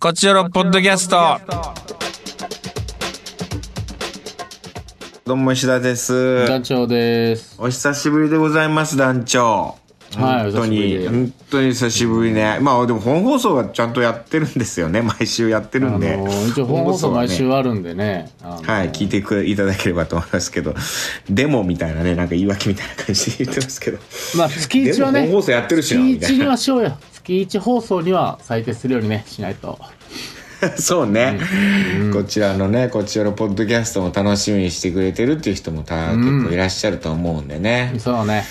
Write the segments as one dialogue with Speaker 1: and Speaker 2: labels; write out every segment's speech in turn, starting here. Speaker 1: こちらのポッドキャスト。
Speaker 2: どうも石田です。
Speaker 3: 団長です。
Speaker 2: お久しぶりでございます、団長。
Speaker 3: はい
Speaker 2: 本当
Speaker 3: お久しぶり
Speaker 2: に、
Speaker 3: で
Speaker 2: 本当に久しぶりね。まあでも本放送はちゃんとやってるんですよね。 毎週やってる
Speaker 3: あ
Speaker 2: んで。
Speaker 3: の一応本放送
Speaker 2: はね
Speaker 3: 毎週あるんでね。あの
Speaker 2: はい、聞いてくいただければと思いますけど、でもみたいなね、なんか言い訳みたいな感じで言ってますけど、
Speaker 3: まあ月一はね。
Speaker 2: でも本放送やってるしな
Speaker 3: 月
Speaker 2: みたい
Speaker 3: 一
Speaker 2: な
Speaker 3: にはしようよ。月一放送には最低するようにねしないと。
Speaker 2: そうね、こちらのね、こちらのポッドキャストも楽しみにしてくれてるっていう人もた、結構いらっしゃると思うんでね。
Speaker 3: そうね。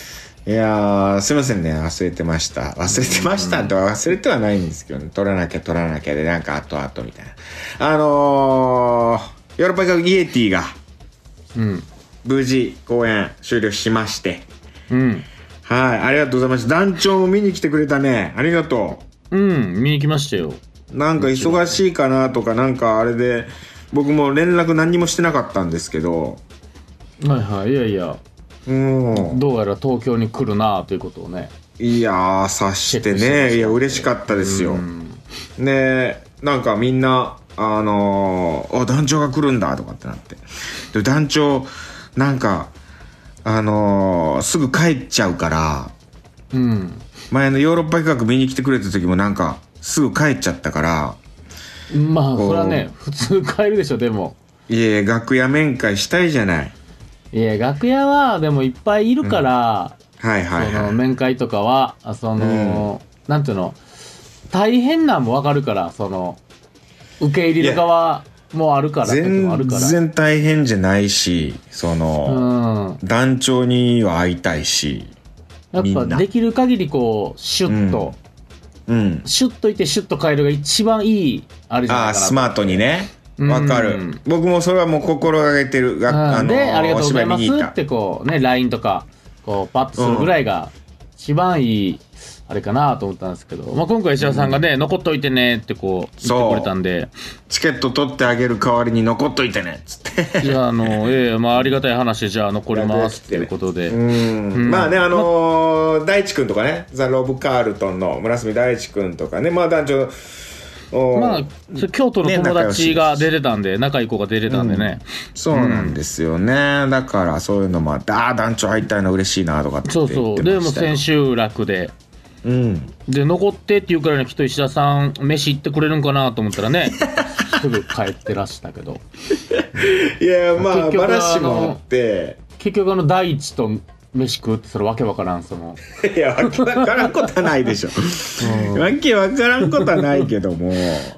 Speaker 2: いやー、すいませんね。忘れてました。忘れてましたって忘れてはないんですけどね。取らなきゃ取らなきゃで、なんか後々みたいな。あのー、ヨーロッパ企画イエティが
Speaker 3: うん
Speaker 2: 無事公演終了しまして。
Speaker 3: うん
Speaker 2: はい、ありがとうございました。団長も見に来てくれたね。ありがと
Speaker 3: うん見に来ましたよ。
Speaker 2: う。なんか忙しいかなとか、なんかあれで、僕も連絡何にもしてなかったんですけど、
Speaker 3: はいはいいやいや
Speaker 2: うん。
Speaker 3: どうやら東京に来るなということをね。
Speaker 2: いやー、察して
Speaker 3: チェックしてまし
Speaker 2: ね。
Speaker 3: た
Speaker 2: いや、嬉しかったですよ。
Speaker 3: うん
Speaker 2: でなんかみんなあのー、お団長が来るんだとかってなってで団長なんかあのー、すぐ帰っちゃうから
Speaker 3: うん
Speaker 2: 前のヨーロッパ企画見に来てくれた時もなんかすぐ帰っちゃったから
Speaker 3: まあこれはね普通帰るでしょでも。
Speaker 2: いえいえ楽屋面会したいじゃない
Speaker 3: いや楽屋はでもいっぱいいるから。
Speaker 2: はいはい
Speaker 3: その
Speaker 2: はい
Speaker 3: 面会とかはあその、なんていうの大変なんもわかるからその受け入れる側もあるから時もあ
Speaker 2: 全
Speaker 3: るから
Speaker 2: 然大変じゃないしその、
Speaker 3: うん
Speaker 2: 団長には会いたいし
Speaker 3: や
Speaker 2: み
Speaker 3: っ
Speaker 2: んな
Speaker 3: ぱできる限りこうシュッと、
Speaker 2: うん
Speaker 3: シュッといてシュッと変えるが一番いいあれじゃ
Speaker 2: あ
Speaker 3: な
Speaker 2: あ
Speaker 3: いかな
Speaker 2: スマートにね
Speaker 3: うん
Speaker 2: わかる、僕もそれはもう心がけてるが、
Speaker 3: うん
Speaker 2: の
Speaker 3: で、ありがとうござ
Speaker 2: お芝
Speaker 3: い
Speaker 2: 居見
Speaker 3: ま
Speaker 2: に
Speaker 3: す
Speaker 2: 行った
Speaker 3: ってこうね LINE とかこうパッとするぐらいが一番いいあれかなと思ったんですけど、まあ、今回石田さんがね、残っといてねってこう言ってくれたんで
Speaker 2: チケット取ってあげる代わりに残っといてねっつって
Speaker 3: じゃあ、あの、ええまあ、ありがたい話、じゃあ、残りますって いうことで。
Speaker 2: うんまあねあのー大地君とかねザ・ロブ・カールトンの村住大地君とかねまあ団長おー
Speaker 3: まあ、そ京都の友達が出てたんで、仲いい子が出てたんでね。
Speaker 2: そうなんですよね、だからそういうのもあってああ団長入ったの嬉しいなとかって
Speaker 3: そ
Speaker 2: 言ってましたよ
Speaker 3: うそう。で、もう千秋楽で。
Speaker 2: うん
Speaker 3: で、残ってっていうくらいの人、石田さん、飯行ってくれるんかなと思った らね、すぐ帰ってらしたけど。
Speaker 2: いやまあ
Speaker 3: 結局あの
Speaker 2: 話もあって
Speaker 3: 結局、あの、大地と飯食うって、それわけわからん、その。
Speaker 2: いやわけわからんことはないでしょ、わけわからんことはないけども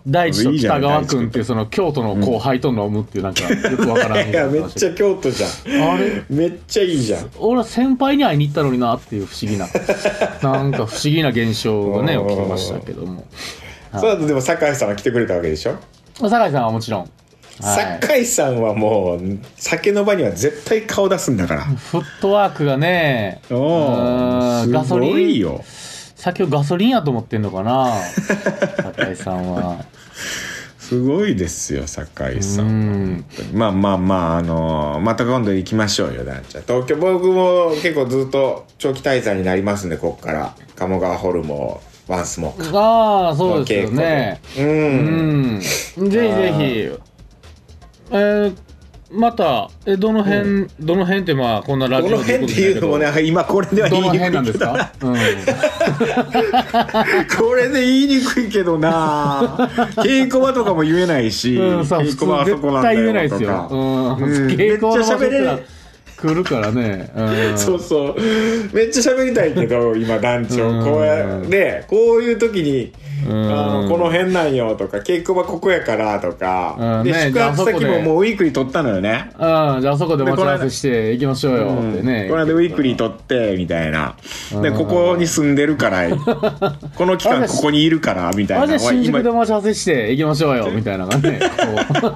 Speaker 3: 大地と
Speaker 2: いいじゃな
Speaker 3: 北
Speaker 2: い
Speaker 3: 川君っていう、
Speaker 2: 大地
Speaker 3: その、京都の後輩と飲むっていう、なんか、よくわからん
Speaker 2: 君いやめっち
Speaker 3: ゃ。
Speaker 2: ゃ京都じゃん
Speaker 3: あれ
Speaker 2: めっちゃいいじゃん
Speaker 3: 俺は先輩に会いに行ったのになっていう不思議 ななんか不思議な現象がね
Speaker 2: おー
Speaker 3: 起きましたけども
Speaker 2: その後でも酒井さんは来てくれたわけでしょ、
Speaker 3: まあ酒井さんはもちろん、はい、
Speaker 2: 酒井さんはもう酒の場には絶対顔出すんだから
Speaker 3: フットワークがね
Speaker 2: おー
Speaker 3: うん
Speaker 2: す
Speaker 3: ガソ
Speaker 2: ごい
Speaker 3: リン
Speaker 2: よ
Speaker 3: 先をガソリンやと思ってんの かな酒井さんは
Speaker 2: すごいですよ酒井さ
Speaker 3: うんん
Speaker 2: まあまあまああのーまた今度行きましょうよ団長東京僕も結構ずっと長期滞在になりますんでこっから鴨川ホルモンワンスモーク
Speaker 3: ああそうですよね
Speaker 2: う
Speaker 3: うんんぜひぜひえーまたえどの辺、どの辺ってまあこんなラジ
Speaker 2: こ
Speaker 3: オ
Speaker 2: の辺っていうのもね今これでは
Speaker 3: ど
Speaker 2: 言い
Speaker 3: の
Speaker 2: にくい
Speaker 3: 辺なんで
Speaker 2: け
Speaker 3: す
Speaker 2: ど
Speaker 3: か、うん
Speaker 2: これで言いにくいけど な稽古場とかも言えないし、
Speaker 3: うん、さ
Speaker 2: 稽古場あそこなんだ
Speaker 3: 絶対言えない
Speaker 2: よ
Speaker 3: です
Speaker 2: と
Speaker 3: よ
Speaker 2: か。、
Speaker 3: うん、
Speaker 2: うん
Speaker 3: 稽古の
Speaker 2: めっ
Speaker 3: 場所
Speaker 2: ちゃ喋れる
Speaker 3: から来るからね、うん、
Speaker 2: そうそうめっちゃ喋りたいけ ど今団
Speaker 3: う
Speaker 2: 長
Speaker 3: ん
Speaker 2: こうやでこういう時に「
Speaker 3: ん
Speaker 2: あのこの辺なんよ」とか「稽古場ここやから」とか
Speaker 3: うん
Speaker 2: で
Speaker 3: ね
Speaker 2: 宿泊
Speaker 3: あそこ
Speaker 2: 先
Speaker 3: で
Speaker 2: ももうウィークリー取ったのよね
Speaker 3: ああじゃああそこで待ち合わせして行きましょうよ
Speaker 2: うん
Speaker 3: ってね、
Speaker 2: この間ウィークリー取ってみたいなでここに住んでるから この期間ここにいるからみたい
Speaker 3: あ
Speaker 2: な
Speaker 3: じゃあ新宿で
Speaker 2: 今
Speaker 3: 待ち合わせして行きましょうよみたいなのがねこ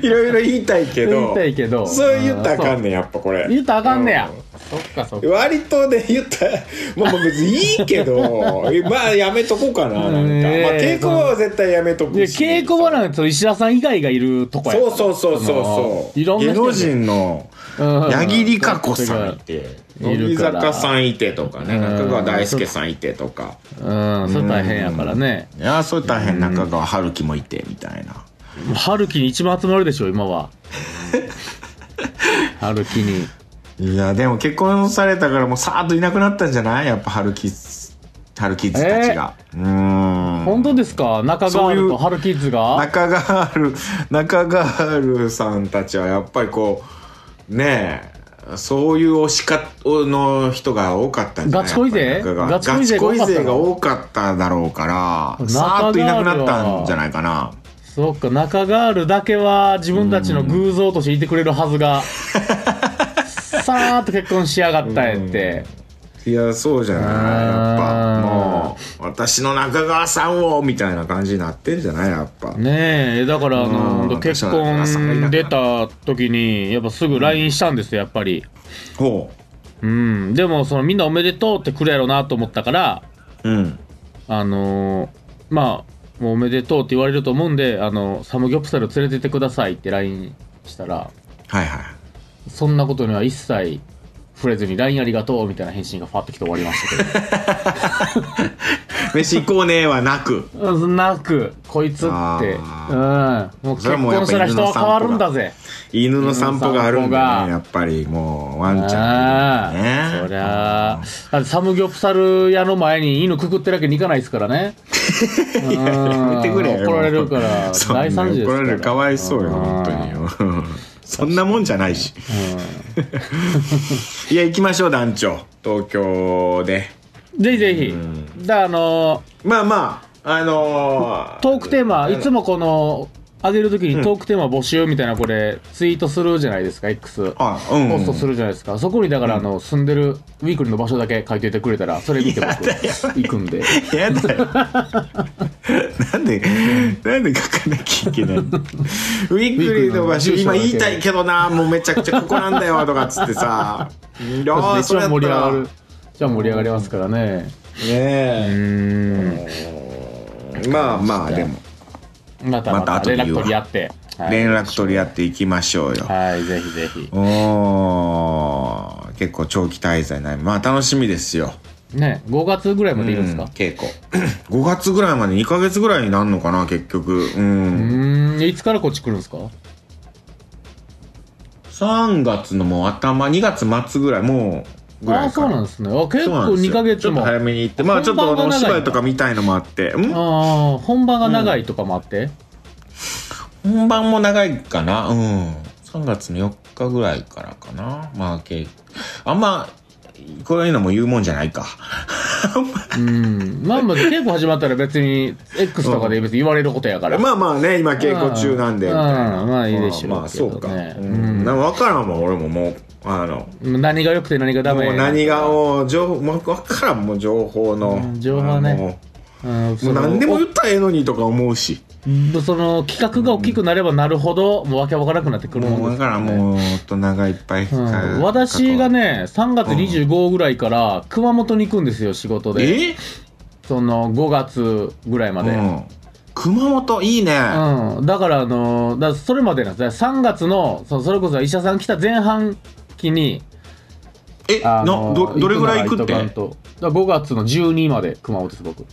Speaker 2: いろいろ 言いたいけ
Speaker 3: う
Speaker 2: ど
Speaker 3: 言いたいけど
Speaker 2: そう言ったらあかん
Speaker 3: ね
Speaker 2: ねんやっぱこれ
Speaker 3: 言ったらあかんねや、
Speaker 2: う
Speaker 3: そっかそっか
Speaker 2: 割とね言ったらまあまあ別にいいけ どえまあやめとこうかななんか、
Speaker 3: うんねえ
Speaker 2: まあ、稽古場は絶対やめと
Speaker 3: で
Speaker 2: くし
Speaker 3: 稽古場なんて石田さん以外がいるとこや
Speaker 2: そうそうそうそう
Speaker 3: あの
Speaker 2: そう
Speaker 3: いろんな
Speaker 2: 芸
Speaker 3: 人
Speaker 2: 能人の
Speaker 3: うん
Speaker 2: 八木里香子さんいて
Speaker 3: うん
Speaker 2: 乃木坂さんいてとかね
Speaker 3: うん
Speaker 2: 中川大輔さんいてとか
Speaker 3: うん、それ大変やからね。
Speaker 2: いやそう大変中川春樹もいてみたいな
Speaker 3: 春樹に一番集まるでしょ、今は。春樹に。
Speaker 2: いやでも結婚されたからもうさーっといなくなったんじゃないやっぱ春キッズ春キッズたちが、うーん
Speaker 3: 本当ですか中
Speaker 2: そ
Speaker 3: 川
Speaker 2: ういう
Speaker 3: と春キッズが
Speaker 2: 中川る中川るさんたちはやっぱりこうねえそういう推しかの人が多かったんじゃない
Speaker 3: ガチ恋勢
Speaker 2: やっぱり中川
Speaker 3: ガ
Speaker 2: ガ
Speaker 3: チ恋
Speaker 2: チ
Speaker 3: 勢が多か
Speaker 2: 恋勢が多か
Speaker 3: ったの
Speaker 2: っただろうから
Speaker 3: 中川
Speaker 2: さーっといなくなったんじゃないかな
Speaker 3: そっか、中ガールだけは自分たちの偶像としていてくれるはず が、さーっと結婚しやがったんやって。
Speaker 2: いやそうじゃないやっ
Speaker 3: あー
Speaker 2: ぱもう私の中川さんをみたいな感じになってんじゃないやっぱ
Speaker 3: ねえ、だから、あ
Speaker 2: うん
Speaker 3: の、本当結婚出た時に、やっぱすぐ LINE したんですよ、やっぱり。
Speaker 2: ほ
Speaker 3: うん、でも、そのみんなおめでとうってくるやろうなと思ったから、
Speaker 2: ううん
Speaker 3: あのーまあ、もうおめでとうって言われると思うんで、あの、サムギョプサル連れてってくださいって LINE したら、
Speaker 2: はいはい
Speaker 3: そんなことには一切触れずに LINE ありがとうみたいな返信がファッと来て終わりましたけ
Speaker 2: 飯行こうねはなく
Speaker 3: ど。 うんなく、こいつって、うん、も
Speaker 2: あ
Speaker 3: う結
Speaker 2: それはもうやっ
Speaker 3: 婚
Speaker 2: ぱ
Speaker 3: したら人は変わるんだぜ。
Speaker 2: 犬の散歩があるんだ
Speaker 3: 犬の散歩が
Speaker 2: ねやっぱりもうワンちゃ
Speaker 3: あ
Speaker 2: んいるん
Speaker 3: あ、
Speaker 2: だ
Speaker 3: そりゃあ、だってサムギョプサル屋の前に犬くくってるわけにいかないですか らね。うん
Speaker 2: やめてくれよ
Speaker 3: 怒られるか ら、
Speaker 2: そんな
Speaker 3: 大惨事です
Speaker 2: 怒
Speaker 3: から
Speaker 2: られるかわいそうよ本当に そんなもんじゃないし いや行きましょう団長東京で
Speaker 3: うんぜひぜひ。だあのー
Speaker 2: まあまああの
Speaker 3: トークテーマ、いつもこの、上げるときにトークテーマ募集みたいなこれ、ツイートするじゃないですか、X。
Speaker 2: あうん
Speaker 3: ポストするじゃないですか。そこにだから、あの、住んでるウィークリーの場所だけ書いていてくれたら、それ見て僕、行くんで。
Speaker 2: やだよ なんでなんで書かなきゃいけ ないのウィークリーの場所
Speaker 3: ウィークリーの住所
Speaker 2: 今言いたいけどなもうめちゃくちゃここなんだよとかっつって さいやー
Speaker 3: 一
Speaker 2: そ
Speaker 3: 番盛
Speaker 2: れ
Speaker 3: り
Speaker 2: や
Speaker 3: 上
Speaker 2: った
Speaker 3: が
Speaker 2: ら
Speaker 3: る。じゃあ盛り上がりますからね。
Speaker 2: ねえ
Speaker 3: うーん。
Speaker 2: まあまあでも
Speaker 3: また
Speaker 2: ま
Speaker 3: ま
Speaker 2: た
Speaker 3: た
Speaker 2: 後で
Speaker 3: 連
Speaker 2: 言う
Speaker 3: 絡
Speaker 2: わ
Speaker 3: 取り合って。はい
Speaker 2: 連絡取り合っていきましょうよ、
Speaker 3: はい、ぜひぜひ。
Speaker 2: おー結構長期滞在ないまあ楽しみですよ
Speaker 3: ね、5月ぐらいまでいるんです
Speaker 2: うん
Speaker 3: か
Speaker 2: 稽古 5月ぐらいまで2ヶ月ぐらいになるのかな結局う
Speaker 3: うんーん、いつからこっち来るんですか
Speaker 2: 3月のもう頭2月末ぐらいもうぐら
Speaker 3: あ
Speaker 2: い
Speaker 3: あ、
Speaker 2: か
Speaker 3: そう
Speaker 2: ら
Speaker 3: なんですね。あ結
Speaker 2: そう
Speaker 3: 構
Speaker 2: なんです
Speaker 3: 2
Speaker 2: よ
Speaker 3: ヶ月
Speaker 2: ちょっ
Speaker 3: も。
Speaker 2: と早
Speaker 3: あ
Speaker 2: めに行ってまあちょっとあ
Speaker 3: 本番が
Speaker 2: のお
Speaker 3: 長いんだ
Speaker 2: 芝居とか見たいのもあってん
Speaker 3: あー、本番が長いとかもあって。
Speaker 2: 本番も長いかなうん3月の4日ぐらいからかなまあ稽古あんまこういうのも言うもんじゃないか
Speaker 3: うん。まあまあ、稽古始まったら別に、X とかで別に言われることやから。
Speaker 2: まあまあね今稽古中なんで
Speaker 3: う
Speaker 2: み
Speaker 3: ん
Speaker 2: たいな
Speaker 3: うんまあいいでしょう
Speaker 2: まあまあそうか、
Speaker 3: けどね
Speaker 2: うん、なんか分からんもん俺ももうあの
Speaker 3: 何が良くて何がダメ
Speaker 2: もう何がもう情報もう分からんもう情報の、
Speaker 3: うん情報ね
Speaker 2: あのも
Speaker 3: うん、
Speaker 2: うも
Speaker 3: そうの
Speaker 2: 何でも言ったらええのにとか思うし
Speaker 3: おその企画が大きくなればなるほど、もうわけわからなくなってくる
Speaker 2: も
Speaker 3: も
Speaker 2: うん分
Speaker 3: です
Speaker 2: からんもう大人がいっぱい、
Speaker 3: うん、私がね3月25ぐらいから熊本に行くんですよ仕事で
Speaker 2: え
Speaker 3: その5月ぐらいまで、
Speaker 2: うん、熊本いいね、
Speaker 3: うんだからあのーだからそれまでなんです3月のそのそれこそ医者さん来た前半期に
Speaker 2: えな
Speaker 3: あのー
Speaker 2: どどれぐらい行くって
Speaker 3: ならとかんとだから5月の12まで熊本です僕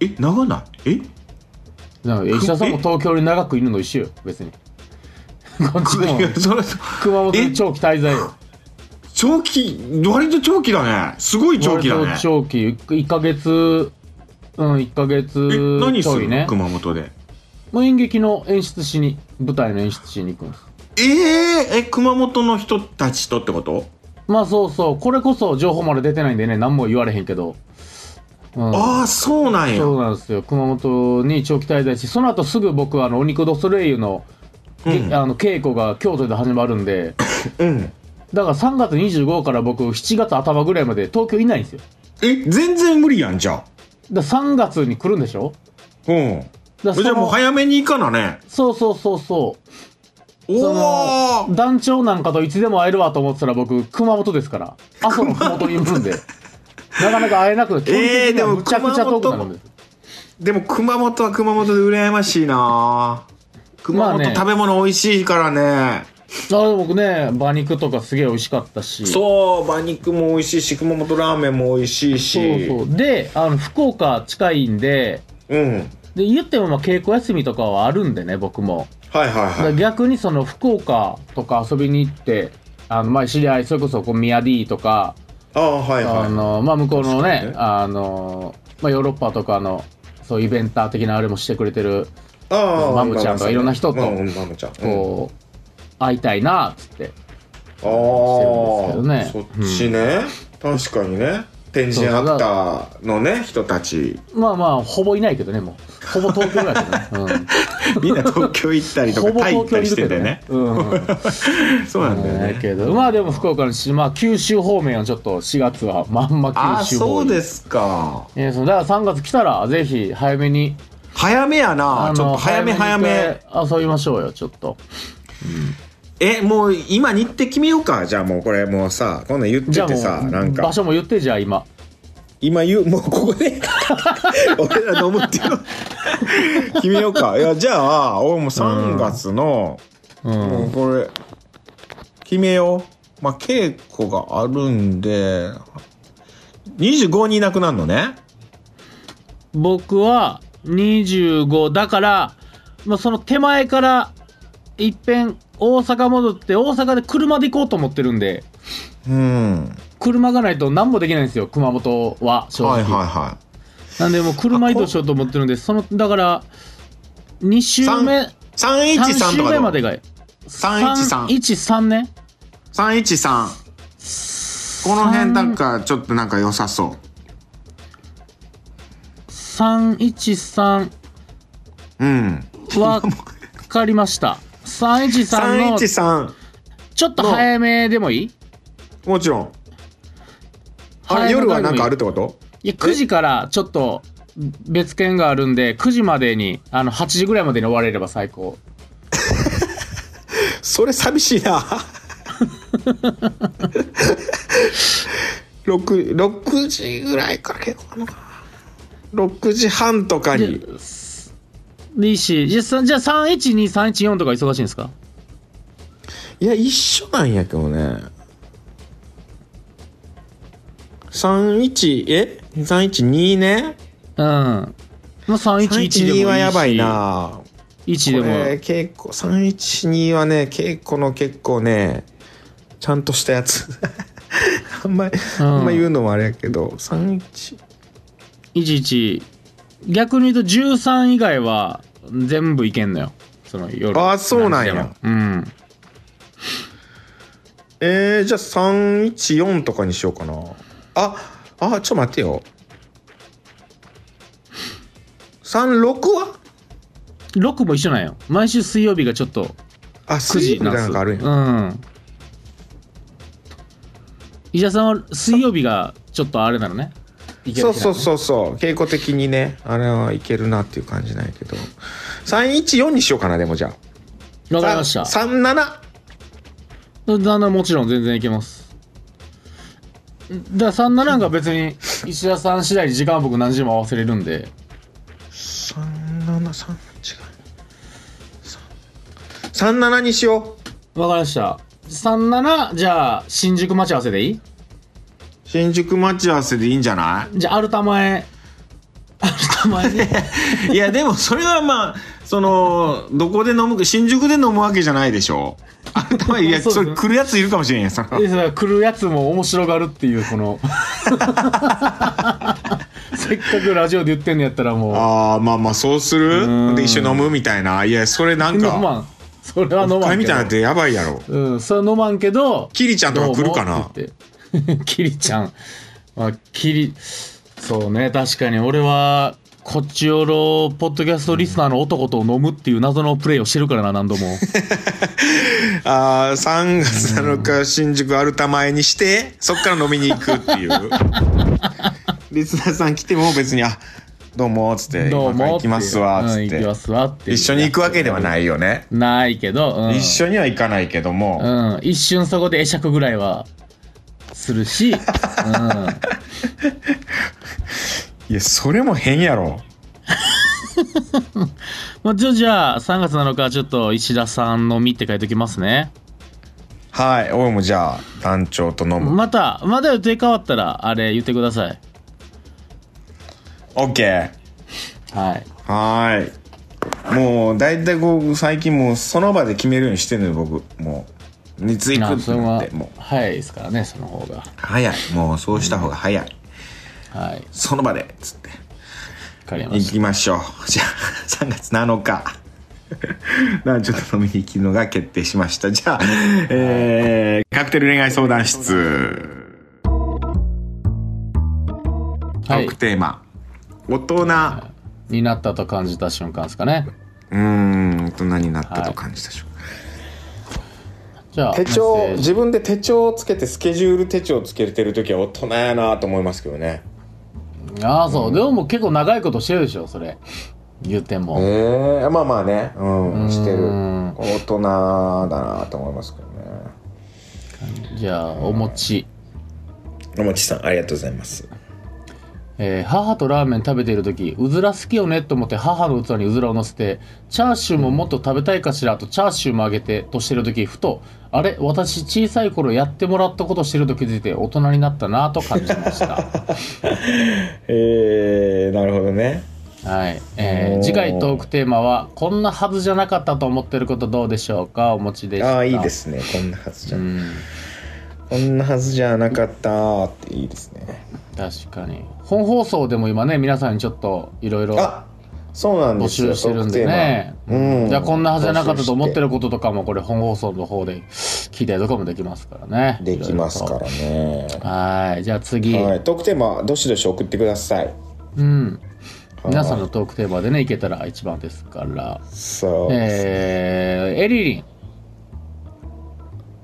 Speaker 2: え長ないえ
Speaker 3: だから医者さんも東京に長くいるの一緒よ別に こっち
Speaker 2: く
Speaker 3: も
Speaker 2: いや それ
Speaker 3: 熊本に長期滞在よ
Speaker 2: 長期割と長期だねすごい 長期だね
Speaker 3: 割と長期1ヶ月うん1ヶ
Speaker 2: え
Speaker 3: 月
Speaker 2: 何
Speaker 3: ち
Speaker 2: す
Speaker 3: ょ
Speaker 2: る
Speaker 3: い
Speaker 2: の
Speaker 3: ね
Speaker 2: 熊本で
Speaker 3: もう演劇の演出しに舞台の演出しに行くんです
Speaker 2: えええ熊本の人たちとってこと、
Speaker 3: まあそうそうこれこそ情報まで出てないんでね何も言われへんけど、うん、
Speaker 2: ああそうなんや
Speaker 3: そうなんですよ熊本に長期滞在しその後すぐ僕はあのお肉ドストレイユの,げ、
Speaker 2: うん
Speaker 3: あの稽古が京都で始まるんで
Speaker 2: うん
Speaker 3: だから3月25から僕7月頭ぐらいまで東京いないんですよ
Speaker 2: え全然無理やんじゃあ
Speaker 3: だから3月に来るんでしょ
Speaker 2: うん
Speaker 3: だからその
Speaker 2: じゃあもう早めに行かなね
Speaker 3: そうそうそうそうそ
Speaker 2: お
Speaker 3: の
Speaker 2: お
Speaker 3: 団長なんかといつでも会えるわと思ってたら僕熊本ですから阿蘇の麓にいるんでなかなか会えなくて距離
Speaker 2: えー
Speaker 3: 的に
Speaker 2: で
Speaker 3: は
Speaker 2: も
Speaker 3: むちゃくちゃ遠くなるんです、
Speaker 2: でも熊本は熊本で羨ましいな
Speaker 3: まあ
Speaker 2: 熊
Speaker 3: ね
Speaker 2: 本食べ物美味しいからね
Speaker 3: あ僕ね馬肉とかすげえ美味しかったし
Speaker 2: そう馬肉も美味しいし熊本ラーメンも美味しいし
Speaker 3: そうそうであの福岡近いんで
Speaker 2: うん
Speaker 3: で言ってもまあ稽古休みとかはあるんでね僕も
Speaker 2: はいはい
Speaker 3: だか
Speaker 2: は
Speaker 3: ら
Speaker 2: い
Speaker 3: 逆にその福岡とか遊びに行ってあのまあ知り合いそれこそこうミヤディとか
Speaker 2: ああはい
Speaker 3: あ
Speaker 2: は
Speaker 3: のまあ向こうの
Speaker 2: 確か
Speaker 3: ね
Speaker 2: にね
Speaker 3: あの、まあ、ヨーロッパとかのそういうイベンター的なあれもしてくれてる
Speaker 2: いああ
Speaker 3: マムちゃんとかいろんな人と
Speaker 2: うんうんマムちゃんうん
Speaker 3: こう、会いたいなっつって
Speaker 2: あ
Speaker 3: してるんですけ
Speaker 2: そ
Speaker 3: どね
Speaker 2: っちね、確かにね天神アクターのね人た ち
Speaker 3: まあまあほぼいないけどねもうほぼ東京だ けどね、
Speaker 2: みんな東京行った
Speaker 3: う
Speaker 2: り
Speaker 3: ん、
Speaker 2: と
Speaker 3: ほ
Speaker 2: か
Speaker 3: ぼ
Speaker 2: タイ行っ
Speaker 3: 東京
Speaker 2: たり
Speaker 3: にい
Speaker 2: し
Speaker 3: る
Speaker 2: て
Speaker 3: け
Speaker 2: てね
Speaker 3: どねう ん
Speaker 2: そうなんだよ
Speaker 3: だ
Speaker 2: ね
Speaker 3: けどまあでも福岡の島、まあ、九州方面はちょっと4月はまんま
Speaker 2: ああ
Speaker 3: 九州
Speaker 2: そ
Speaker 3: 方
Speaker 2: う
Speaker 3: 面
Speaker 2: ですか
Speaker 3: えーそうだから3月来たらぜひ早めに
Speaker 2: 早めやなちょっと早め早め
Speaker 3: に行って遊びましょうよちょっと
Speaker 2: えもう今日程決めようかじゃあもうこれもうさこんなん言って
Speaker 3: じゃあ
Speaker 2: てさな
Speaker 3: も
Speaker 2: ん
Speaker 3: う
Speaker 2: か
Speaker 3: 場所も言ってじゃあ今
Speaker 2: 今言うもうここ で俺ら飲むっていうの決めようかいやじゃあ俺もう3月の、
Speaker 3: うん
Speaker 2: もうこれ決めようまあ稽古があるんで25にいなくなるのね
Speaker 3: 僕は25だから、まあ、その手前からいっぺん大阪戻って大阪で車で行こうと思ってるんで
Speaker 2: うん
Speaker 3: 車がないと何もできないんですよ熊本は正直、
Speaker 2: はいはいは
Speaker 3: なんでもう車移動しようと思ってるんでそのだから2週目
Speaker 2: い313
Speaker 3: 3
Speaker 2: と
Speaker 3: 週
Speaker 2: か
Speaker 3: 目
Speaker 2: ど
Speaker 3: まで
Speaker 2: う
Speaker 3: が
Speaker 2: 313
Speaker 3: 313ね
Speaker 2: 313この辺なんかちょっとなんか良さそう
Speaker 3: 313
Speaker 2: うん
Speaker 3: わかりました313の
Speaker 2: 313
Speaker 3: ちょっと早めでもいい
Speaker 2: もちろんあ
Speaker 3: 早
Speaker 2: れ
Speaker 3: め
Speaker 2: 夜はなん
Speaker 3: で
Speaker 2: か
Speaker 3: も
Speaker 2: あ
Speaker 3: いい
Speaker 2: るってこと
Speaker 3: いや9時からちょっと別件があるんで9時までにあの8時ぐらいまでに終われれば最高
Speaker 2: それ寂しいな 6, 6時ぐらいから結構かな6時半とかに
Speaker 3: でいいしじゃあさじゃあ312314とか忙しいんですか
Speaker 2: いや一緒なんやけどね31え312ね
Speaker 3: うんまあ311でもいいし
Speaker 2: 312はやばいな
Speaker 3: 1でも、
Speaker 2: これ稽古312はね稽古の結構ねちゃんとしたやつ あんまり、
Speaker 3: うん
Speaker 2: あんま言うのもあれやけど31
Speaker 3: 11逆に言うと13以外は全部いけんのよその夜
Speaker 2: あそうなんや
Speaker 3: 何時でもうん
Speaker 2: えー、じゃあ314とかにしようかなああちょっと待ってよ36は
Speaker 3: 6も一緒なんよ毎週水曜日がちょっと
Speaker 2: あ
Speaker 3: 9
Speaker 2: 9時
Speaker 3: 時
Speaker 2: みたいな
Speaker 3: な
Speaker 2: の
Speaker 3: ん
Speaker 2: があるんや、
Speaker 3: うん石田さんは水曜日がちょっとあれなのねいけ
Speaker 2: そ
Speaker 3: る
Speaker 2: う
Speaker 3: 日
Speaker 2: そう
Speaker 3: う
Speaker 2: そうそう稽古的にねあれはいけるなっていう感じなんやけど314にしようかなでもじゃあ
Speaker 3: わかりました
Speaker 2: さ37
Speaker 3: だんだんもちろん全然いけますだから3七が別に石田さん次第時間は僕何時でも合わせれるんで
Speaker 2: 三七三違う。三七にしよう。
Speaker 3: わかりました37じゃあ新宿待ち合わせでいい
Speaker 2: 新宿待ち合わせでいいんじゃな
Speaker 3: じゃあアルタ前アルタ前で
Speaker 2: い？いやでもそれはまあそのどこで飲むか新宿で飲むわけじゃないでし ょ。あんたいや
Speaker 3: そ
Speaker 2: そ
Speaker 3: うです
Speaker 2: れ来るやついるかもしれんやんその
Speaker 3: でその来るやつも面白がるっていうこの せっかくラジオで言ってんのやったらもう
Speaker 2: ああまあまあそうす
Speaker 3: う
Speaker 2: る
Speaker 3: ん
Speaker 2: で一緒に飲むみたいないやそれなん
Speaker 3: 飲
Speaker 2: か
Speaker 3: まんそれは飲
Speaker 2: 一
Speaker 3: ま
Speaker 2: 回
Speaker 3: ん
Speaker 2: み
Speaker 3: け
Speaker 2: たい
Speaker 3: ど
Speaker 2: なってやばいやろ。
Speaker 3: うんそれは飲まんけど
Speaker 2: キリちゃんとか来るかな
Speaker 3: どうもって言って キリちゃんまあキリそうね確かに俺はこっちよろポッドキャストリスナーの男と飲むっていう謎のプレイをしてるからな 何度も
Speaker 2: ああ3月7日新宿アルタ前にしてそっから飲みに行くっていう リスナーさん来ても別に「あどうも」っつって「
Speaker 3: どう
Speaker 2: 今から
Speaker 3: も
Speaker 2: 行きますわ」っつ
Speaker 3: う
Speaker 2: っ
Speaker 3: ん
Speaker 2: て,、
Speaker 3: 行きますわって
Speaker 2: 一緒に行くわけではいないよね、
Speaker 3: ないけど、うん、
Speaker 2: 一緒には行かないけども、
Speaker 3: うん、一瞬そこで会釈ぐらいはする し、う
Speaker 2: いやそれも変やろ
Speaker 3: ん。まあ、じゃあ、じゃあ、3月7日はちょっと石田さんのみって書いておきますね。
Speaker 2: はい俺もじゃあ団長と飲む、
Speaker 3: またまだ予定変わったらあれ言ってください
Speaker 2: オッケー
Speaker 3: はい
Speaker 2: はーいもう大体こう最近もうその場で決めるようにしてんのよ僕もういつ行く
Speaker 3: あ
Speaker 2: って
Speaker 3: それ
Speaker 2: なっ
Speaker 3: は
Speaker 2: てもう
Speaker 3: 早いですからねその方が
Speaker 2: 早いもうそうした方が早い、
Speaker 3: はい
Speaker 2: その場でつって
Speaker 3: 分かりま
Speaker 2: 行
Speaker 3: し
Speaker 2: きましょうじゃあ3月7日 なんちょっと飲みに行くのが決定しましたじゃあ、えー、カクテル恋愛相談室
Speaker 3: た
Speaker 2: ト
Speaker 3: はい
Speaker 2: ークテーマ、大人
Speaker 3: になったと感じた瞬間ですかね
Speaker 2: うーん大人になったと感じたでしょうか、
Speaker 3: じゃあ
Speaker 2: 手帳
Speaker 3: メッセージ
Speaker 2: 自分で手帳をつけてスケジュール手帳をつけてる時は大人やなと思いますけどね
Speaker 3: ああそう、でももう結構長いことしてるでしょそれ言って
Speaker 2: え
Speaker 3: も、
Speaker 2: えまあまあねうん
Speaker 3: うん
Speaker 2: してる大人だなと思いますけどね
Speaker 3: じゃあお餅、
Speaker 2: おもちさんありがとうございます
Speaker 3: えー母とラーメン食べている時うずら好きよねと思って母の器にうずらを乗せてチャーシューももっと食べたいかしらとチャーシューもあげてとしてる時ふとあれ私小さい頃やってもらったことしてると気づいて大人になったなと感じました
Speaker 2: えー、なるほどね
Speaker 3: はい、えー
Speaker 2: おー
Speaker 3: 次回トークテーマは「こんなはずじゃなかったと思ってることどうでしょうか?」お持ちでした
Speaker 2: ああいいですねこんなはずじゃ、
Speaker 3: うん
Speaker 2: こんなはずじゃなかったーっていいですね
Speaker 3: 確かに本放送でも今ね皆さんにちょっといろいろ
Speaker 2: あそうなん
Speaker 3: 募
Speaker 2: ですよ
Speaker 3: 集してるんでね
Speaker 2: トークテーマうん
Speaker 3: じゃあこんなはずじゃなかったと思って
Speaker 2: 募集
Speaker 3: ることとかもこれ本放送の方で聞いたりとかもできますからね
Speaker 2: してできますからね
Speaker 3: はいじゃあ次、
Speaker 2: はい、トークテーマどしどし送ってください
Speaker 3: うん皆さん
Speaker 2: は
Speaker 3: のトークテーマでねいけたら一番ですから
Speaker 2: いそう、
Speaker 3: えー、エリリン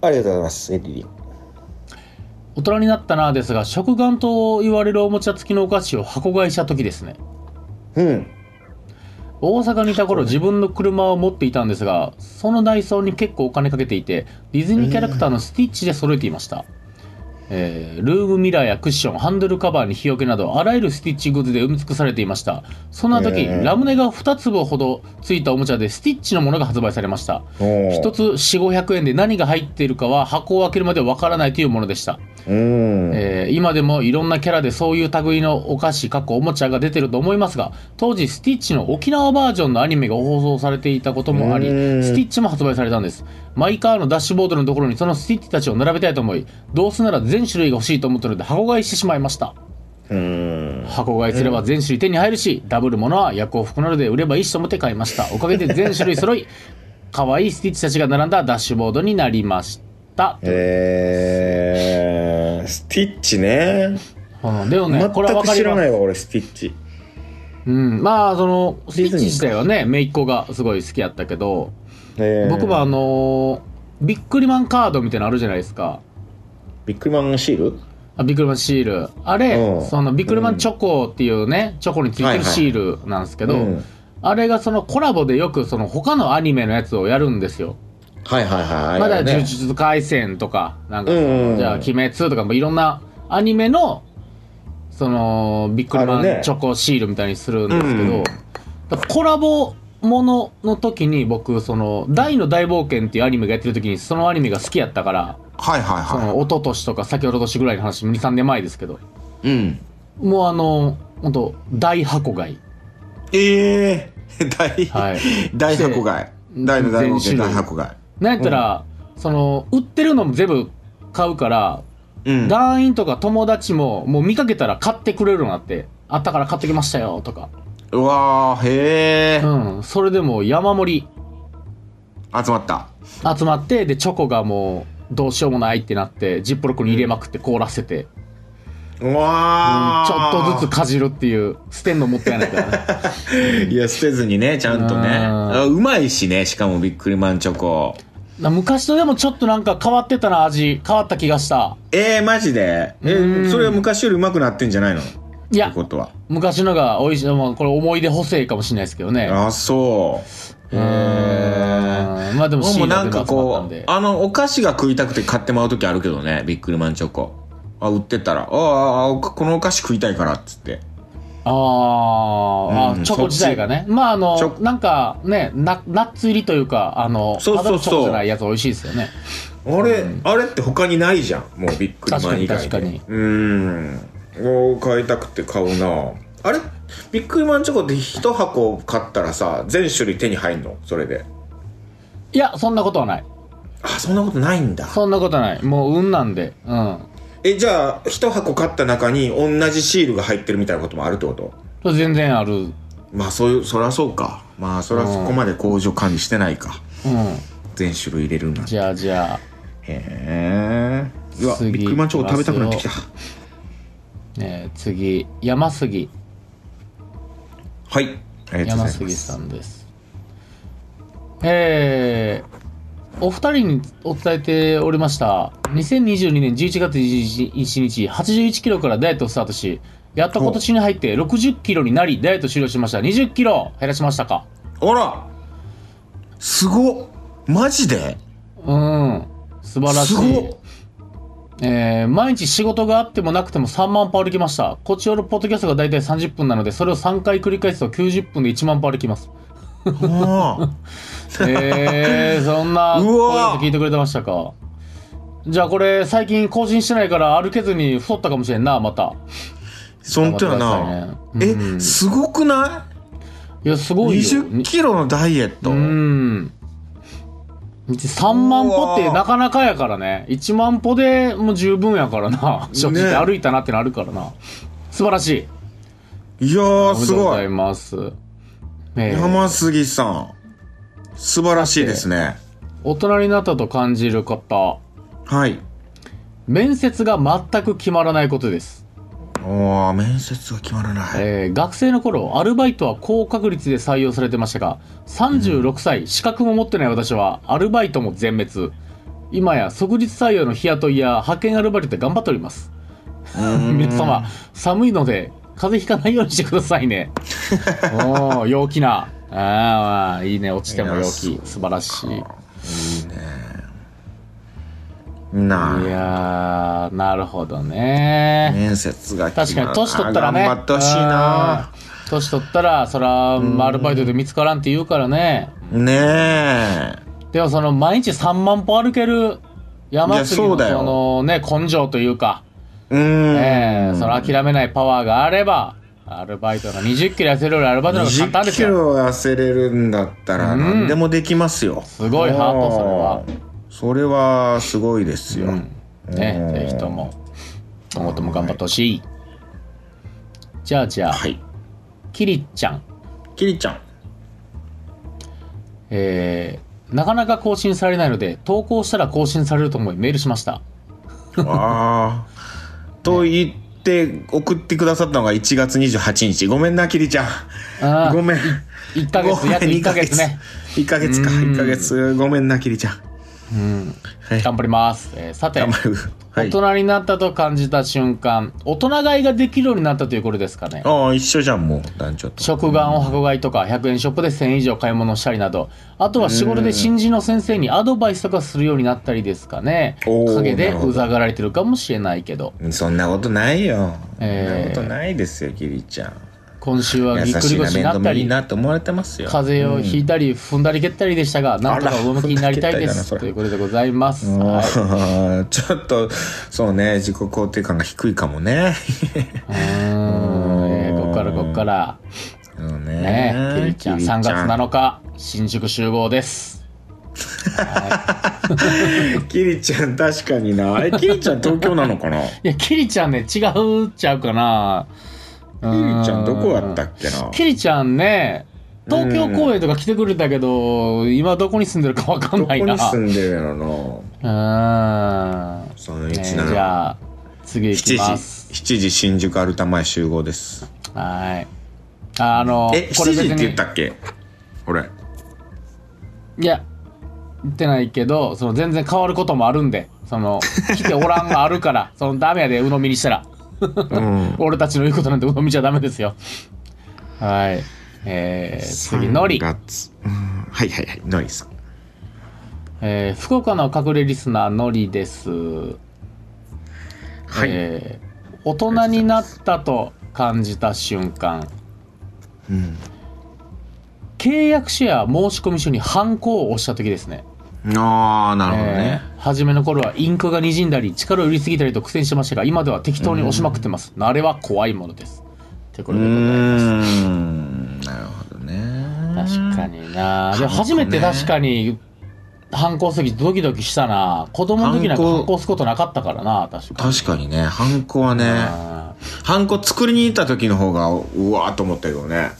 Speaker 2: ありがとうございますエリリ
Speaker 3: 大人になったなぁですが食玩と言われるおもちゃ付きのお菓子を箱買いした時ですね
Speaker 2: うん
Speaker 3: 大阪にいた頃自分の車を持っていたんですがその内装に結構お金かけていてディズニーキャラクターのスティッチで揃えていました、えールームミラーやクッションハンドルカバーに日よけなどあらゆるスティッチグッズで埋め尽くされていましたそんな時、
Speaker 2: えー
Speaker 3: ラムネが2粒ほどついたおもちゃでスティッチのものが発売されました
Speaker 2: お
Speaker 3: 1つ4500円で何が入っているかは箱を開けるまでわからないというものでした
Speaker 2: うん、
Speaker 3: えー今でもいろんなキャラでそういう類のお菓子かっこおもちゃが出てると思いますが当時スティッチの沖縄バージョンのアニメが放送されていたこともあり
Speaker 2: うーん
Speaker 3: スティッチも発売されたんですマイカーのダッシュボードのところにそのスティッチたちを並べたいと思いどうせなら全種類が欲しいと思ったので箱買いしてしまいました
Speaker 2: うん
Speaker 3: 箱買いすれば全種類手に入るし、ダブルものは薬効服などで売ればいいしと思って買いましたおかげで全種類揃い可愛いスティッチたちが並んだダッシュボードになりました、
Speaker 2: えー、スティッチね
Speaker 3: うんでもね
Speaker 2: 全
Speaker 3: これは分
Speaker 2: く
Speaker 3: かり
Speaker 2: 知
Speaker 3: ま
Speaker 2: ら
Speaker 3: す
Speaker 2: ないわ俺スティッチ
Speaker 3: うん、まあそのスティッ
Speaker 2: ディズニー
Speaker 3: チ
Speaker 2: か
Speaker 3: 自体はね姪っ子がすごい好きやったけど、
Speaker 2: えー
Speaker 3: 僕はあのービックリマンカードみたいなのあるじゃないですか
Speaker 2: ビックリマンのシール
Speaker 3: あビックリマンシールあれ、
Speaker 2: うん
Speaker 3: そのビックリマンチョコっていうね、チョコについ
Speaker 2: は
Speaker 3: て
Speaker 2: いは
Speaker 3: る
Speaker 2: い
Speaker 3: シールなんですけど、
Speaker 2: うん
Speaker 3: あれがそのコラボでよくその他のアニメのやつをやるんですよ
Speaker 2: はいはいはい
Speaker 3: まだ「
Speaker 2: ね
Speaker 3: 呪術廻戦」とかなんかその、
Speaker 2: うん
Speaker 3: じゃあ「鬼滅」とかもいろんなアニメのそのビックリマ
Speaker 2: ある
Speaker 3: ン
Speaker 2: ね
Speaker 3: チョコシールみたいにするんですけど、
Speaker 2: うん
Speaker 3: だからコラボものの時に僕その「大の大冒険」っていうアニメがやってる時にそのアニメが好きやったから
Speaker 2: はいはい
Speaker 3: そ
Speaker 2: は
Speaker 3: の一昨年とか先ほど年ぐらいの話23年前ですけど
Speaker 2: いうん
Speaker 3: もうあの本当大箱買い
Speaker 2: ええ ー、大、
Speaker 3: はい
Speaker 2: 大箱買い大の大冒険
Speaker 3: 全種
Speaker 2: 大
Speaker 3: 類
Speaker 2: 箱買
Speaker 3: なんやったら、その売ってるのも全部買うから
Speaker 2: いうん
Speaker 3: 団員とか友達ももう見かけたら買ってくれるようになってあったから買ってきましたよとか
Speaker 2: うわーへえ、
Speaker 3: うんそれでもう山盛り
Speaker 2: 集まった
Speaker 3: 集まってでチョコがもうどうしようもないってなってジップロックに入れまくって凍らせて、うん
Speaker 2: うわ
Speaker 3: ち
Speaker 2: ー、
Speaker 3: ょっとずつかじるっていう捨てんのもったいないからね
Speaker 2: いや捨てずにねちゃんとね
Speaker 3: うん
Speaker 2: あうまいしねしかもビックリマンチョコ
Speaker 3: な昔とでもちょっとなんか変わってたな味変わった気がした
Speaker 2: えー、マジで
Speaker 3: う
Speaker 2: え
Speaker 3: ん
Speaker 2: それは昔よりうまくなってんじゃないのっ
Speaker 3: い
Speaker 2: て
Speaker 3: や
Speaker 2: ことは
Speaker 3: 昔のが美味しいもうこれ思い出補正かもしれないですけどね
Speaker 2: あそう
Speaker 3: う
Speaker 2: へえ
Speaker 3: んまあでも
Speaker 2: も
Speaker 3: C
Speaker 2: う
Speaker 3: が
Speaker 2: なん
Speaker 3: 全部集ま
Speaker 2: か
Speaker 3: った
Speaker 2: こ
Speaker 3: ん
Speaker 2: う
Speaker 3: で
Speaker 2: あのお菓子が食いたくて買ってまう時あるけどねビックリマンチョコあ売ってたら「あああおこのお菓子食いたいから」っつって
Speaker 3: あー、
Speaker 2: うん
Speaker 3: あチョコ自体がねまああ
Speaker 2: チ
Speaker 3: の
Speaker 2: ョ
Speaker 3: なんかねナナッツ入りというかあの
Speaker 2: そうそうそう
Speaker 3: ただのチョコじゃないやつ美味しいですよね
Speaker 2: あれ、あれって他にないじゃんもうびっくり
Speaker 3: 確か
Speaker 2: マン以
Speaker 3: に
Speaker 2: 外
Speaker 3: 確
Speaker 2: に
Speaker 3: かに
Speaker 2: うーんを買いたくて買うなあれビックリマンチョコって一箱買ったらさ全種類手に入んのそれで
Speaker 3: いやそんなことはない
Speaker 2: あそんなことないんだ
Speaker 3: そんなことはないもう運なんでうん
Speaker 2: えじゃあ一箱買った中に同じシールが入ってるみたいなこともあるってこと
Speaker 3: それ全然あるうん
Speaker 2: まあそういうそりゃそうかまあそりゃそこまで工場管理してないか全種類入れるなんて
Speaker 3: じゃあじゃあ
Speaker 2: へえうわビ
Speaker 3: 次
Speaker 2: ックリマンチョコ食べたくなってきた
Speaker 3: えー次山杉
Speaker 2: はいありがとうご
Speaker 3: 山
Speaker 2: ざいま
Speaker 3: 杉
Speaker 2: す
Speaker 3: さんですえーお二人にお伝えておりました2022年11月11日81キロからダイエットをスタートしやっと今年に入って60キロになりダイエット終了しました20キロ減らしましたか
Speaker 2: あらすごっマジで
Speaker 3: うん素晴らし
Speaker 2: すご
Speaker 3: い
Speaker 2: っ
Speaker 3: えー毎日仕事があってもなくても3万歩歩きました。こっちよるポッドキャストが大体30分なので、それを3回繰り返すと90分で1万歩歩きます。
Speaker 2: うん
Speaker 3: えー、そんな、
Speaker 2: うわ
Speaker 3: こういうの聞いてくれてましたか。じゃあこれ、最近更新してないから歩けずに太ったかもしれんな、また。
Speaker 2: そんとやな、
Speaker 3: 頑張ってくださいねうん
Speaker 2: えすごくない
Speaker 3: いや、すごいよ。
Speaker 2: 20キロのダイエット
Speaker 3: うん。3万歩ってなかなかやからね。1万歩でもう十分やからな。 正直
Speaker 2: ね
Speaker 3: 歩いたなってなるからな。素晴らしい。
Speaker 2: いやー
Speaker 3: おめですとうご
Speaker 2: ご
Speaker 3: ざ
Speaker 2: い
Speaker 3: います。えー
Speaker 2: 山杉さん素晴らしいですね
Speaker 3: 大人になったと感じる方、
Speaker 2: はい
Speaker 3: 面接が全く決まらないことです。
Speaker 2: おー面接が決まらない
Speaker 3: えー学生の頃、アルバイトは高確率で採用されてましたが、36歳、資格も持ってない私は、アルバイトも全滅。今や即日採用の日雇いや派遣アルバイトで頑張っております。皆様、寒いので、風邪ひかないようにしてください ね。おー、陽気な。ああ、いいね。落ちても陽
Speaker 2: い
Speaker 3: 気
Speaker 2: や。
Speaker 3: 素晴らしい。
Speaker 2: ないあ
Speaker 3: やー、なるほどね。
Speaker 2: 面接が決
Speaker 3: 確か
Speaker 2: まらない
Speaker 3: に、年取ったらね。
Speaker 2: 頑張ってほしいな
Speaker 3: うん。年取ったら、そら、アルバイトで見つからんって言うからね。
Speaker 2: ねえ
Speaker 3: でも、その、毎日3万歩歩ける山杉
Speaker 2: いやそ
Speaker 3: の、
Speaker 2: うだよ
Speaker 3: そのね、根性というか、
Speaker 2: う
Speaker 3: え
Speaker 2: ー
Speaker 3: ー
Speaker 2: ん
Speaker 3: その諦めないパワーがあれば、アルバイトの20キロ痩せるよりアルバイトの方が簡単で
Speaker 2: 20
Speaker 3: す
Speaker 2: キ
Speaker 3: よ。
Speaker 2: ロ痩せれるんだったら
Speaker 3: うん
Speaker 2: 何でもできますよ、
Speaker 3: すごいハートそれは
Speaker 2: うんそれはすごいですよ、
Speaker 3: ね
Speaker 2: う、ん
Speaker 3: ぜひとも、今後とも頑張ってほしい。じゃあじゃあ、
Speaker 2: はい
Speaker 3: キリちゃん。
Speaker 2: キリちゃん
Speaker 3: えーなかなか更新されないので、投稿したら更新されると思いメールしました。
Speaker 2: あーと言って送ってくださったのが1月28日ごめんなキリちゃ
Speaker 3: あ
Speaker 2: んご
Speaker 3: ー
Speaker 2: めん
Speaker 3: 1ヶ
Speaker 2: ご
Speaker 3: 月、
Speaker 2: めん
Speaker 3: 約1ヶ月ね。
Speaker 2: 1ヶ月か
Speaker 3: うん
Speaker 2: 1ヶ月ごめんなキリちゃん
Speaker 3: うん
Speaker 2: はい
Speaker 3: 頑張ります。えーさて
Speaker 2: 頑、張るは
Speaker 3: 大
Speaker 2: い
Speaker 3: 人になったと感じた瞬間、大人買いができるようになったということですかね。
Speaker 2: ああ一緒じゃんもう団長と
Speaker 3: 食玩を箱買いとか100円ショップで1000円以上買い物したりなどあとは仕事で新人の先生にアドバイスとかするようになったりですかね
Speaker 2: おー
Speaker 3: 陰で
Speaker 2: なるほど
Speaker 3: うざがられてるかもしれないけど
Speaker 2: そんなことないよ、
Speaker 3: えー
Speaker 2: そんなことないですよキリちゃん
Speaker 3: 今週は
Speaker 2: 優
Speaker 3: ぎっく
Speaker 2: し
Speaker 3: り
Speaker 2: いな
Speaker 3: 腰に
Speaker 2: 面
Speaker 3: な
Speaker 2: 倒
Speaker 3: った
Speaker 2: 見い
Speaker 3: り
Speaker 2: いなと思われてます よ
Speaker 3: 風邪をひいたり踏んだり蹴ったりでしたが、なんとか上向きになりたい
Speaker 2: あ
Speaker 3: で
Speaker 2: ら踏んだり蹴ったり
Speaker 3: す
Speaker 2: だなそれ
Speaker 3: ということでございます、
Speaker 2: うん
Speaker 3: はい
Speaker 2: ちょっとそうね自己肯定感が低いかもね
Speaker 3: うーんえーここからここから
Speaker 2: うん
Speaker 3: ね
Speaker 2: ね
Speaker 3: えキリちゃん3月7日新宿集合です
Speaker 2: 日キリちゃん確かになえキリちゃん東京なの かなキ
Speaker 3: いやキリちゃんね違うっちゃうかなキ
Speaker 2: リちゃんどこやったっけな
Speaker 3: キリちゃんね東京公演とか来てくれたけど今どこに住んでるかわかん
Speaker 2: どこ
Speaker 3: ないな
Speaker 2: に住
Speaker 3: うん
Speaker 2: でる のか
Speaker 3: ーん
Speaker 2: なその
Speaker 3: ね
Speaker 2: 1
Speaker 3: じ
Speaker 2: 7、
Speaker 3: ゃあ次行きま
Speaker 2: 7
Speaker 3: す
Speaker 2: 時7時新宿アルタ前集合です
Speaker 3: はいあの
Speaker 2: え7時って
Speaker 3: 別に
Speaker 2: 言ったっけ俺
Speaker 3: いや、言ってないけど、その全然変わることもあるんで、その、来ておらんがあるから、そのダメやで、鵜呑みにしたら。
Speaker 2: うん
Speaker 3: 俺たちの言うことなんて鵜呑みじゃダメですよ。はい。えー、次、のり
Speaker 2: 3。月うんはいはいはいのりさん
Speaker 3: えー、福岡の隠れリスナー、のりです。
Speaker 2: はい、
Speaker 3: えー大人になったと感じた瞬間、
Speaker 2: うん
Speaker 3: 契約書や申込書にハンコを押した時ですね。
Speaker 2: うああ、なるほど
Speaker 3: え
Speaker 2: ね。
Speaker 3: ー初めの頃はインクがにじんだり力を入れすぎたりと苦戦してましたが今では適当に押しまくってます、慣れは怖いものですってこ
Speaker 2: うー
Speaker 3: とでございます
Speaker 2: ん、なるほどね。
Speaker 3: 確か。にな
Speaker 2: うん
Speaker 3: で初めて確かに反抗する時ドキドキしたな子供の時なんか
Speaker 2: 反抗
Speaker 3: 反抗することなかったからな確か
Speaker 2: 確かにね、ハンコはね、
Speaker 3: あ
Speaker 2: ハンコ作りに行った時の方が、うわーっと思ったけどね。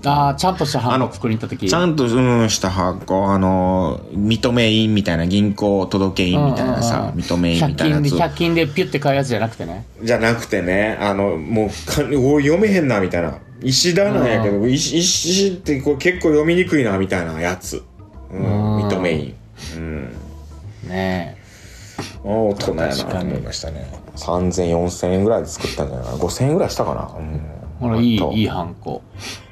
Speaker 3: ーあーちゃんとした反抗作りに行った時
Speaker 2: ちゃんと、うん、した発行、あの、認め印みたいな、銀行届け印みたいな
Speaker 3: うんうん
Speaker 2: さ
Speaker 3: う、ん
Speaker 2: 認め印みたい
Speaker 3: 100
Speaker 2: な
Speaker 3: 均で
Speaker 2: や
Speaker 3: 100均でピュって買うやつじゃなくてね
Speaker 2: つ。じゃなくてね、あの、もうか、おい読めへんな、みたいな。石だなんやけど、石、石ってこう結構読みにくいな、みたいなやつ。うん、
Speaker 3: うん
Speaker 2: 認め印。うん。
Speaker 3: ね
Speaker 2: ああ、大人やな、
Speaker 3: 確
Speaker 2: と
Speaker 3: かに
Speaker 2: 思いましたね。3000、4000円ぐらいで作ったんじゃないかな。5000円ぐらいしたかな。うん。
Speaker 3: えほらいい
Speaker 2: 割と
Speaker 3: いい反抗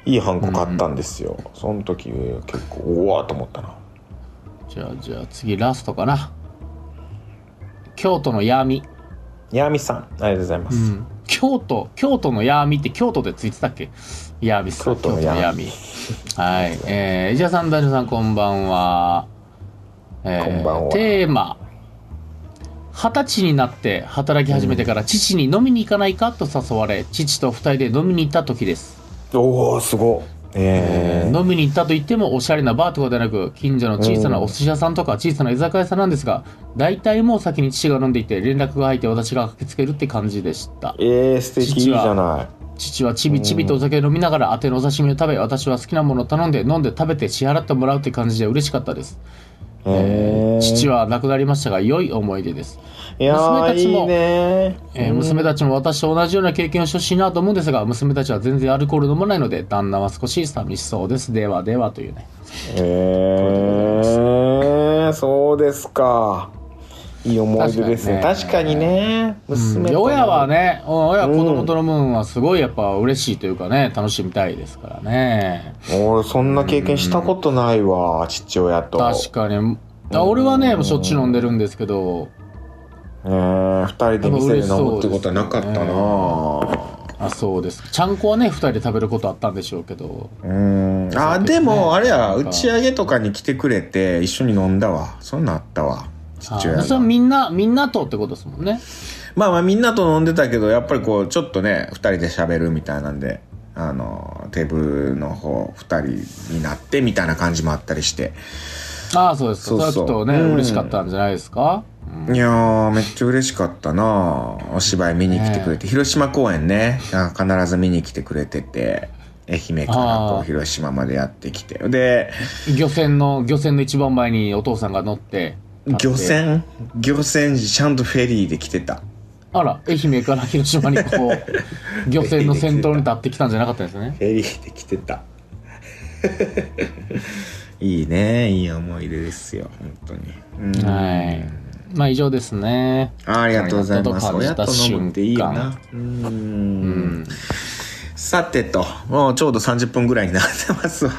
Speaker 2: いいハンコ買ったんですよ。その時、結構、うわーと思ったな。
Speaker 3: じゃあじゃあ次ラストかな京都の闇
Speaker 2: 闇さん、ありがとうございます。
Speaker 3: 京都京都の闇って京都でついてたっけ闇さん
Speaker 2: 京都の闇
Speaker 3: 京都の闇はいえー、石田さん男女さんこんばんは、えー
Speaker 2: こんばんは
Speaker 3: テーマ二十歳になって働き始めてから父に飲みに行かないかと誘われ父と二人で飲みに行った時です、
Speaker 2: おおすごいえー
Speaker 3: えー飲みに行ったと言ってもおしゃれなバーとかではなく近所の小さなお寿司屋さんとか小さな居酒屋さんなんですが大体もう先に父が飲んでいて連絡が入って私が駆けつけるって感じでした
Speaker 2: えー、素敵いい
Speaker 3: 父
Speaker 2: じ
Speaker 3: は
Speaker 2: ゃな
Speaker 3: 父はちびちびとお酒を飲みながらあてのお刺身を食べ私は好きなものを頼んで飲んで食べて支払ってもらうって感じで嬉しかったです、
Speaker 2: いえー、
Speaker 3: 父は亡くなりましたが良い思い出です、
Speaker 2: いや
Speaker 3: 娘
Speaker 2: ー
Speaker 3: たちも
Speaker 2: いいね
Speaker 3: えー娘たちも私と同じような経験をしてほしいなと思うんですが娘たちは全然アルコール飲まないので旦那は少し寂しそうですではではというね
Speaker 2: えー、そうですかいい思い出ですね確
Speaker 3: 確
Speaker 2: か
Speaker 3: か
Speaker 2: に
Speaker 3: に
Speaker 2: ね娘との
Speaker 3: 親はねうん親は
Speaker 2: う
Speaker 3: 子
Speaker 2: ん
Speaker 3: 供と飲むのはすごいやっぱ嬉しいというかね楽しみたいですからね
Speaker 2: 俺そんな経験したことないわ、父親と
Speaker 3: 確かにあ俺はねしょっちゅう飲んでるんですけど
Speaker 2: えー、二人で店で飲むってことはなかったな
Speaker 3: あそうですちゃんこはね2人で食べることあったんでしょうけど
Speaker 2: うーんあ
Speaker 3: そうですね
Speaker 2: でもあれや
Speaker 3: なん
Speaker 2: 打
Speaker 3: か
Speaker 2: ち上げとかに来てくれて一緒に飲んだわそんなんあったわ父親
Speaker 3: あそれは
Speaker 2: が
Speaker 3: みんなみんなとってことですもんね
Speaker 2: まあまあみんなと飲んでたけどやっぱりこうちょっとね2人で喋るみたいなんであのテーブルの方2人になってみたいな感じもあったりして
Speaker 3: ああそうですか
Speaker 2: そうそう
Speaker 3: それはきっとね、
Speaker 2: うん
Speaker 3: 嬉しかったんじゃないですか、うん
Speaker 2: いやーめっちゃ嬉しかったなお芝居見に来てくれて、広島公演ねあ必ず見に来てくれてて愛媛からこ
Speaker 3: あ
Speaker 2: う
Speaker 3: ー
Speaker 2: 広島までやってきてで
Speaker 3: 漁船の漁船の一番前にお父さんが乗って立って
Speaker 2: 漁船漁船ちゃんとフェリーで来てた
Speaker 3: あら愛媛から広島にこ う漁船の先頭に立ってきたんじゃなかったですね
Speaker 2: フェリーで来てた いいねいい思い出ですよ本当に、うん
Speaker 3: はいまあ以上ですね
Speaker 2: あありがとうございます
Speaker 3: 感じ
Speaker 2: 親
Speaker 3: た
Speaker 2: と飲むっていいよなうん
Speaker 3: うん
Speaker 2: さてともうちょうど30分ぐらいになってますわ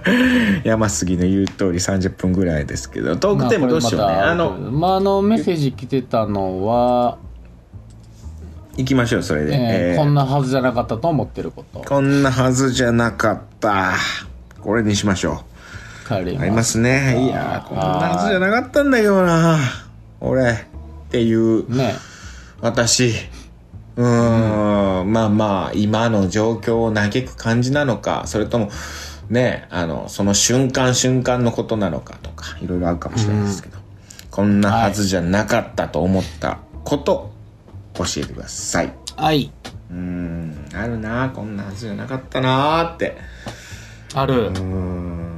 Speaker 2: 山杉の言う通り30分ぐらいですけどトークテーマどうしようね、
Speaker 3: まあ
Speaker 2: あ
Speaker 3: これま
Speaker 2: の
Speaker 3: たまああのメッセージ来てたのは、
Speaker 2: 行きましょうそれで、
Speaker 3: えー
Speaker 2: えー
Speaker 3: こんなはずじゃなかったと思ってること
Speaker 2: こんなはずじゃなかったこれにしましょう
Speaker 3: 帰り
Speaker 2: ありますね。いやー、こんなはずじゃなかったんだけどな。俺、っていう、
Speaker 3: ね
Speaker 2: 私。うーん、まあまあ、今の状況を嘆く感じなのか、それとも、ね、あの、その瞬間瞬間のことなのかとか、いろいろあるかもしれないですけど、こんなはずじゃなかったと思ったこと、教えてください。
Speaker 3: はい。
Speaker 2: うーん、あるな、こんなはずじゃなかったなーって。
Speaker 3: あ
Speaker 2: う
Speaker 3: る。
Speaker 2: ーん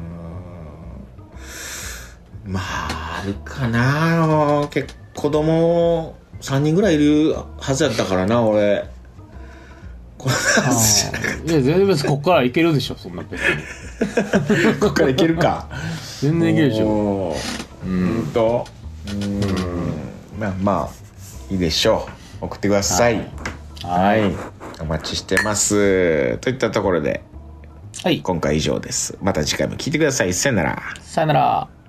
Speaker 2: まああるかなあの結構子供3人ぐらいいるはずやったからな俺こんなはずじゃない
Speaker 3: いや、全然別にこっからいけるでしょ、そんな別に。
Speaker 2: こっからいけるか
Speaker 3: 全然いけるでしょ。
Speaker 2: ょうんとうーんまあまあいいでしょう送ってくださいはい、お待ちしてますといったところで
Speaker 3: はい。
Speaker 2: 今回以上ですまた次回も聞いてくださいさよなら
Speaker 3: さよなら。